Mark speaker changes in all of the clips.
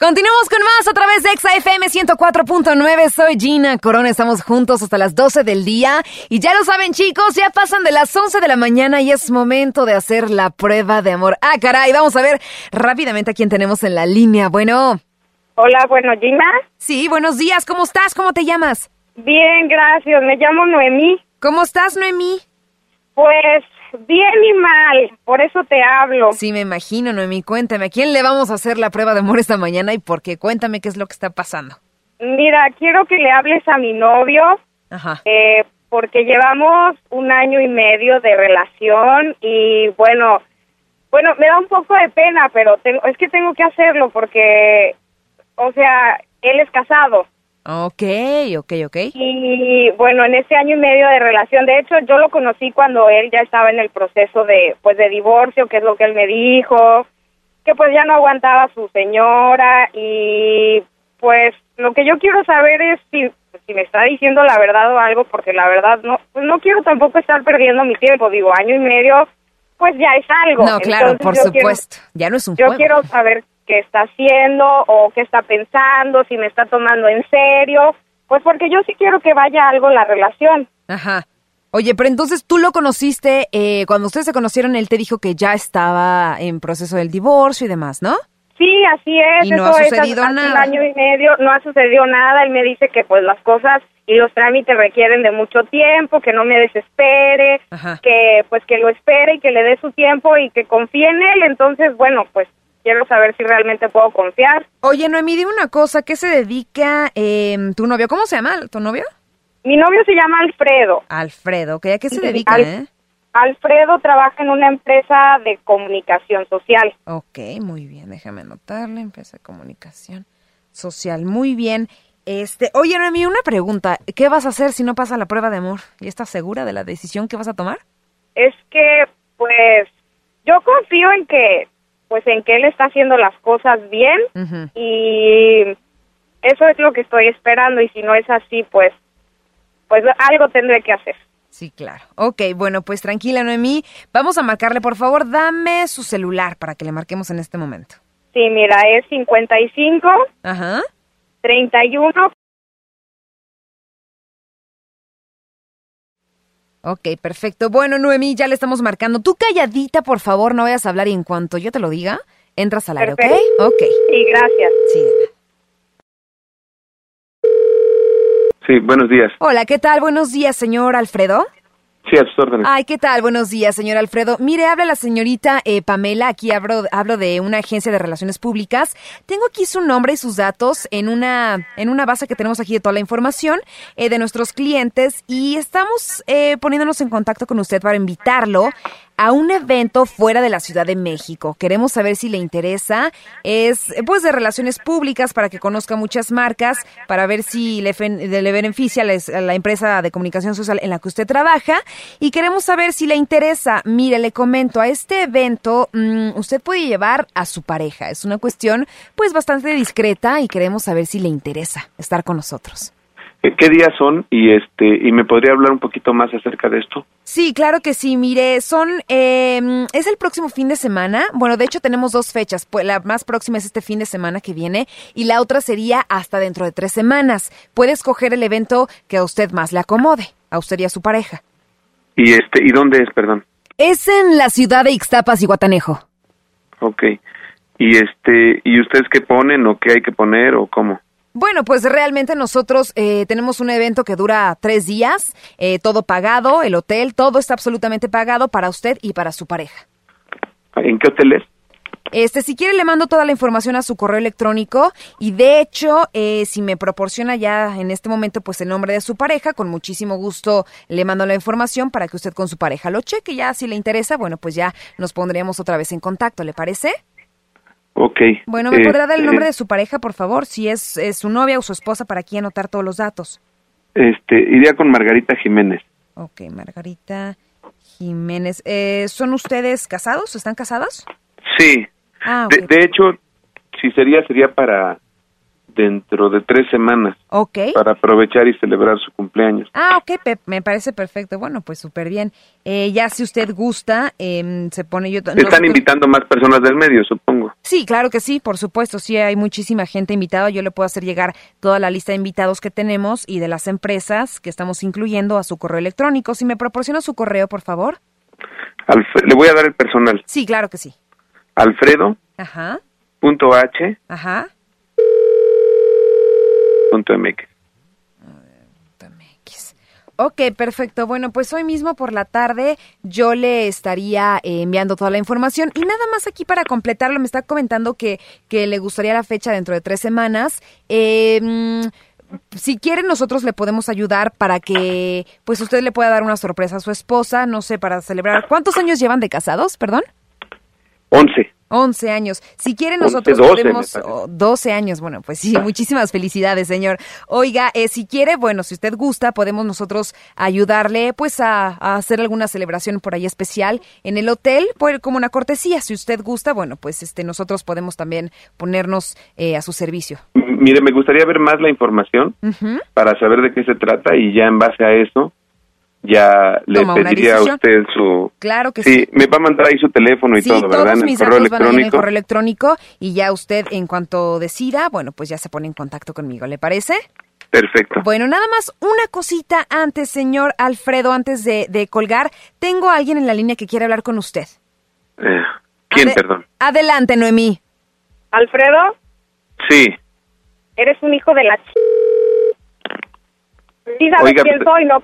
Speaker 1: Continuamos con más a través de ExaFM 104.9. Soy Gina Corona. Estamos juntos hasta las 12 del día. Y ya lo saben, chicos, ya pasan de las 11 de la mañana y es momento de hacer la prueba de amor. Ah, caray, vamos a ver rápidamente a quién tenemos en la línea. Bueno.
Speaker 2: Hola, bueno, Gina.
Speaker 1: Sí, buenos días. ¿Cómo estás? ¿Cómo te llamas?
Speaker 2: Bien, gracias. Me llamo Noemí.
Speaker 1: ¿Cómo estás, Noemí?
Speaker 2: Pues bien y mal, por eso te hablo.
Speaker 1: Sí, me imagino, Noemí. Cuéntame, ¿a quién le vamos a hacer la prueba de amor esta mañana y por qué? Cuéntame qué es lo que está pasando.
Speaker 2: Mira, quiero que le hables a mi novio,
Speaker 1: Ajá.
Speaker 2: eh, porque llevamos un año y medio de relación y bueno, bueno, me da un poco de pena, pero tengo- es que tengo que hacerlo porque, o sea, él es casado.
Speaker 1: Ok, ok, ok.
Speaker 2: Y bueno, en ese año y medio de relación, de hecho, yo lo conocí cuando él ya estaba en el proceso de, pues, de divorcio, que es lo que él me dijo, que pues ya no aguantaba a su señora y pues lo que yo quiero saber es si, si me está diciendo la verdad o algo, porque la verdad no, pues no quiero tampoco estar perdiendo mi tiempo, digo, año y medio, pues ya es algo.
Speaker 1: No, claro,
Speaker 2: Entonces,
Speaker 1: por
Speaker 2: yo quiero-
Speaker 1: supuesto. Ya no es un
Speaker 2: yo
Speaker 1: juego.
Speaker 2: quiero saber qué está haciendo o qué está pensando, si me está tomando en serio, pues porque yo sí quiero que vaya algo la relación.
Speaker 1: Ajá. Oye, pero entonces tú lo conociste, eh, cuando ustedes se conocieron, él te dijo que ya estaba en proceso del divorcio y demás, ¿no?
Speaker 2: Sí, así es.
Speaker 1: Y no
Speaker 2: eso
Speaker 1: ha
Speaker 2: es,
Speaker 1: sucedido
Speaker 2: hace
Speaker 1: nada.
Speaker 2: Un año y medio no ha sucedido nada. Él me dice que pues las cosas y los trámites requieren de mucho tiempo, que no me desespere,
Speaker 1: Ajá.
Speaker 2: que pues que lo espere y que le dé su tiempo y que confíe en él. Entonces, bueno, pues quiero saber si realmente puedo confiar.
Speaker 1: Oye, Noemí, dime una cosa, ¿qué se dedica eh, tu novio? ¿Cómo se llama tu novio?
Speaker 2: Mi novio se llama Alfredo.
Speaker 1: Alfredo, ¿qué- ¿a qué se
Speaker 2: Sí,
Speaker 1: dedica,
Speaker 2: Al-
Speaker 1: eh?
Speaker 2: Alfredo trabaja en una empresa de comunicación social.
Speaker 1: Ok, muy bien, déjame anotarle, empresa de comunicación social, muy bien. Este, oye, Noemí, una pregunta, ¿qué vas a hacer si no pasa la prueba de amor? ¿Y estás segura de la decisión que vas a tomar?
Speaker 2: Es que, pues, yo confío en que, pues, en que él está haciendo las cosas bien
Speaker 1: Ujú.
Speaker 2: y eso es lo que estoy esperando y si no es así, pues, pues algo tendré que hacer.
Speaker 1: Sí, claro. Ok, bueno, pues tranquila, Noemí. Vamos a marcarle, por favor, dame su celular para que le marquemos en este momento.
Speaker 2: Sí, mira, es 55,
Speaker 1: Ajá.
Speaker 2: 31,
Speaker 1: Ok, perfecto. Bueno, Noemí, ya le estamos marcando. Tú calladita, por favor, no vayas a hablar y en cuanto yo te lo diga, entras al aire, ¿ok?
Speaker 2: Perfecto.
Speaker 1: Ok,
Speaker 2: y gracias.
Speaker 1: sí. de nada.
Speaker 3: Sí, buenos días.
Speaker 1: Hola, ¿qué tal? Buenos días, señor Alfredo.
Speaker 3: Sí, a sus órdenes.
Speaker 1: Ay, ¿qué tal? Buenos días, señor Alfredo. Mire, habla la señorita eh, Pamela. Aquí hablo, hablo de una agencia de relaciones públicas. Tengo aquí su nombre y sus datos en una, en una base que tenemos aquí de toda la información eh, de nuestros clientes y estamos eh, poniéndonos en contacto con usted para invitarlo a un evento fuera de la Ciudad de México. Queremos saber si le interesa. Es eh, pues de relaciones públicas para que conozca muchas marcas, para ver si le, fen- le beneficia a la, a la empresa de comunicación social en la que usted trabaja. Y queremos saber si le interesa. Mire, le comento, a este evento mm, usted puede llevar a su pareja. Es una cuestión pues bastante discreta y queremos saber si le interesa estar con nosotros.
Speaker 3: Eh, ¿Qué días son? Y este y me podría hablar un poquito más acerca de esto.
Speaker 1: Sí, claro que sí. Mire, son eh, es el próximo fin de semana. Bueno, de hecho tenemos dos fechas. Pues la más próxima es este fin de semana que viene y la otra sería hasta dentro de tres semanas. Puede escoger el evento que a usted más le acomode, a usted y a su pareja.
Speaker 3: Y este y dónde es, perdón.
Speaker 1: Es en la ciudad de Ixtapas y Guatanejo.
Speaker 3: Ok. Y este y ustedes qué ponen o qué hay que poner o cómo.
Speaker 1: Bueno, pues realmente nosotros eh, tenemos un evento que dura tres días, eh, todo pagado, el hotel, todo está absolutamente pagado para usted y para su pareja.
Speaker 3: ¿En qué hotel es?
Speaker 1: Este, si quiere, le mando toda la información a su correo electrónico y de hecho, eh, si me proporciona ya en este momento, pues el nombre de su pareja, con muchísimo gusto le mando la información para que usted con su pareja lo cheque. Ya si le interesa, bueno, pues ya nos pondríamos otra vez en contacto, ¿le parece?
Speaker 3: Ok.
Speaker 1: Bueno, ¿me
Speaker 3: Eh,
Speaker 1: podrá dar el
Speaker 3: eh,
Speaker 1: nombre de su pareja, por favor? Si es, eh, su novia o su esposa, para aquí anotar todos los datos.
Speaker 3: Este, iría con Margarita Jiménez.
Speaker 1: Ok, Margarita Jiménez. Eh, ¿Son ustedes casados? ¿Están casadas?
Speaker 3: Sí.
Speaker 1: Ah,
Speaker 3: De,
Speaker 1: ok.
Speaker 3: de hecho, si sería sería para dentro de tres semanas
Speaker 1: Ok.
Speaker 3: para aprovechar y celebrar su cumpleaños.
Speaker 1: Ah, ok, Pep, me parece perfecto. Bueno, pues súper bien. Eh, ya si usted gusta, em, se pone yo...
Speaker 3: Están
Speaker 1: nosotros-
Speaker 3: invitando más personas del medio, supongo.
Speaker 1: Sí, claro que sí, por supuesto. Sí, hay muchísima gente invitada. Yo le puedo hacer llegar toda la lista de invitados que tenemos y de las empresas que estamos incluyendo a su correo electrónico. Si me proporciona su correo, por favor.
Speaker 3: Alfre- le voy a dar el personal.
Speaker 1: Sí, claro que sí.
Speaker 3: Alfredo
Speaker 1: Ajá,
Speaker 3: punto H
Speaker 1: ajá.
Speaker 3: punto MX.
Speaker 1: MX. Ok, perfecto. Bueno, pues hoy mismo por la tarde yo le estaría eh, enviando toda la información. Y nada más aquí para completarlo, me está comentando que, que le gustaría la fecha dentro de tres semanas. Eh, mm, si quiere, nosotros le podemos ayudar para que, pues usted le pueda dar una sorpresa a su esposa, no sé, para celebrar. ¿Cuántos años llevan de casados, perdón?
Speaker 3: 11.
Speaker 1: 11 años. Si quiere,
Speaker 3: Once,
Speaker 1: nosotros
Speaker 3: doce, me
Speaker 1: podemos.
Speaker 3: parece.
Speaker 1: oh, 12 años, bueno, pues sí, muchísimas felicidades, señor. Oiga, eh, si quiere, bueno, si usted gusta, podemos nosotros ayudarle, pues, a, a hacer alguna celebración por ahí especial en el hotel, por, como una cortesía. Si usted gusta, bueno, pues este nosotros podemos también ponernos eh, a su servicio.
Speaker 3: M- Mire, me gustaría ver más la información
Speaker 1: Ujú.
Speaker 3: para saber de qué se trata y ya en base a eso ya le
Speaker 1: Toma una
Speaker 3: pediría a
Speaker 1: decisión.
Speaker 3: usted su...
Speaker 1: Claro que
Speaker 3: Sí, me va a mandar ahí su teléfono y
Speaker 1: Sí,
Speaker 3: todo, ¿verdad?
Speaker 1: todos
Speaker 3: En el
Speaker 1: mis
Speaker 3: correo
Speaker 1: datos van a ir en el
Speaker 3: electrónico.
Speaker 1: correo electrónico y ya usted, en cuanto decida, bueno, pues ya se pone en contacto conmigo, ¿le parece?
Speaker 3: Perfecto.
Speaker 1: Bueno, nada más una cosita antes, señor Alfredo, antes de, de colgar. Tengo a alguien en la línea que quiere hablar con usted.
Speaker 3: Eh, ¿Quién,
Speaker 1: Ade-
Speaker 3: perdón?
Speaker 1: Adelante, Noemí.
Speaker 2: Alfredo,
Speaker 3: Sí.
Speaker 2: eres un hijo de la ch... Sí sabes
Speaker 3: Oiga,
Speaker 2: quién
Speaker 3: pero-
Speaker 2: soy, no...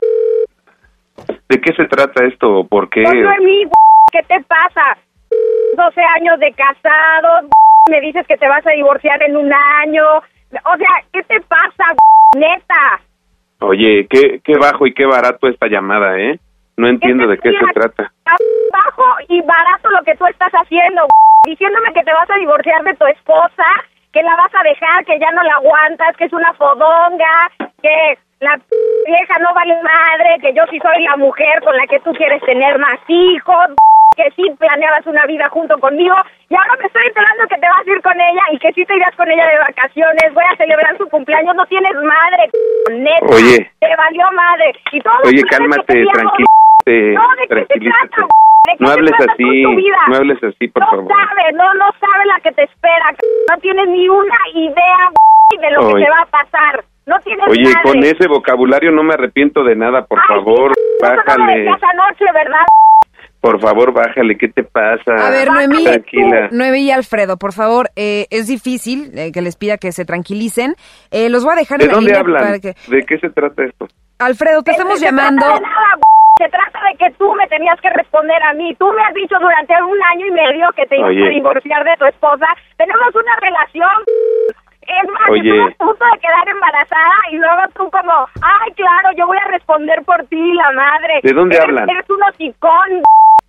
Speaker 3: ¿De qué se trata esto? o ¿Por qué?
Speaker 2: Pues no es mi, güey. ¿qué te pasa? 12 años de casado, güey. me dices que te vas a divorciar en un año. O sea, ¿qué te pasa, güey? neta?
Speaker 3: Oye, qué, qué bajo y qué barato esta llamada, ¿eh? No entiendo de qué se trata.
Speaker 2: Está Bajo y barato lo que tú estás haciendo, güey. diciéndome que te vas a divorciar de tu esposa, que la vas a dejar, que ya no la aguantas, que es una fodonga, que la p- vieja no vale madre, que yo sí soy la mujer con la que tú quieres tener más hijos, güey, que sí planeabas una vida junto conmigo, y ahora me estoy enterando que te vas a ir con ella y que sí te irás con ella de vacaciones, voy a celebrar su cumpleaños, no tienes madre, güey, neta,
Speaker 3: Oye.
Speaker 2: te valió madre, y todo lo
Speaker 3: Oye,
Speaker 2: Pues que
Speaker 3: cálmate,
Speaker 2: teníamos,
Speaker 3: tranquilízate,
Speaker 2: no, ¿de qué se
Speaker 3: tranquilízate.
Speaker 2: trata? ¿De qué
Speaker 3: No
Speaker 2: se
Speaker 3: hables
Speaker 2: trata
Speaker 3: así,
Speaker 2: con tu vida?
Speaker 3: no hables así, por
Speaker 2: no
Speaker 3: favor.
Speaker 2: sabe, no, no sabe la que te espera. c- No tienes ni una idea c- de lo que
Speaker 3: Oye.
Speaker 2: te va a pasar. No tienes
Speaker 3: Oye,
Speaker 2: madre.
Speaker 3: con ese vocabulario no me arrepiento de nada, por
Speaker 2: Ay,
Speaker 3: favor,
Speaker 2: sí, eso No me
Speaker 3: bájale.
Speaker 2: decías anoche, ¿verdad?
Speaker 3: Por favor, bájale, ¿qué te pasa?
Speaker 1: A ver, Noemí,
Speaker 3: Ah, Tranquila.
Speaker 1: Noemí y Alfredo, por favor, eh, es difícil eh, que les pida que se tranquilicen. Eh, los voy a dejar
Speaker 3: ¿De
Speaker 1: en la
Speaker 3: dónde
Speaker 1: línea
Speaker 3: hablan?
Speaker 1: para que...
Speaker 3: ¿De qué se trata esto?
Speaker 1: Alfredo, te
Speaker 2: Es que
Speaker 1: estamos
Speaker 2: Este, se
Speaker 1: llamando...
Speaker 2: Trata Eh, de nada, c- se trata de que tú me tenías que responder a mí. Tú me has dicho durante un año y medio que te ibas
Speaker 3: Oye.
Speaker 2: a divorciar de tu esposa. Tenemos una relación. c- Es más,
Speaker 3: Oye.
Speaker 2: estuve a punto de quedar embarazada y luego tú como, ay, claro, yo voy a responder por ti, la madre.
Speaker 3: ¿De dónde
Speaker 2: Eres-
Speaker 3: hablan?
Speaker 2: Eres un hocicón,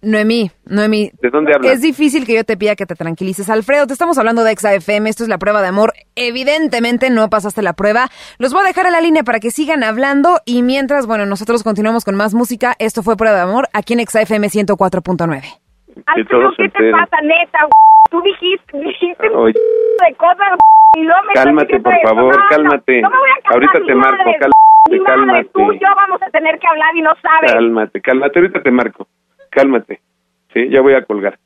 Speaker 1: Noemí, Noemí.
Speaker 3: ¿De dónde hablan?
Speaker 1: Es difícil que yo te pida que te tranquilices. Alfredo, te estamos hablando de ExaFM. Esto es la prueba de amor. Evidentemente no pasaste la prueba. Los voy a dejar en la línea para que sigan hablando. Y mientras, bueno, nosotros continuamos con más música. Esto fue Prueba de Amor aquí en ExaFM 104.9.
Speaker 3: Que
Speaker 2: Alfredo,
Speaker 3: todos se
Speaker 2: ¿qué te
Speaker 3: enteren.
Speaker 2: pasa, neta? güey? Tú dijiste, dijiste un
Speaker 3: Ah, Oye,
Speaker 2: de cosas güey, y luego me estás
Speaker 3: Cálmate,
Speaker 2: diciendo
Speaker 3: por
Speaker 2: eso.
Speaker 3: favor,
Speaker 2: No, no,
Speaker 3: cálmate.
Speaker 2: no me voy a calmar,
Speaker 3: Ahorita
Speaker 2: mi
Speaker 3: te
Speaker 2: madre,
Speaker 3: marco,
Speaker 2: güey.
Speaker 3: cálmate,
Speaker 2: Mi madre, tú y
Speaker 3: cálmate.
Speaker 2: yo vamos a tener que hablar y no sabes.
Speaker 3: cálmate, cálmate, ahorita te marco. Cálmate. Sí, ya voy a colgar.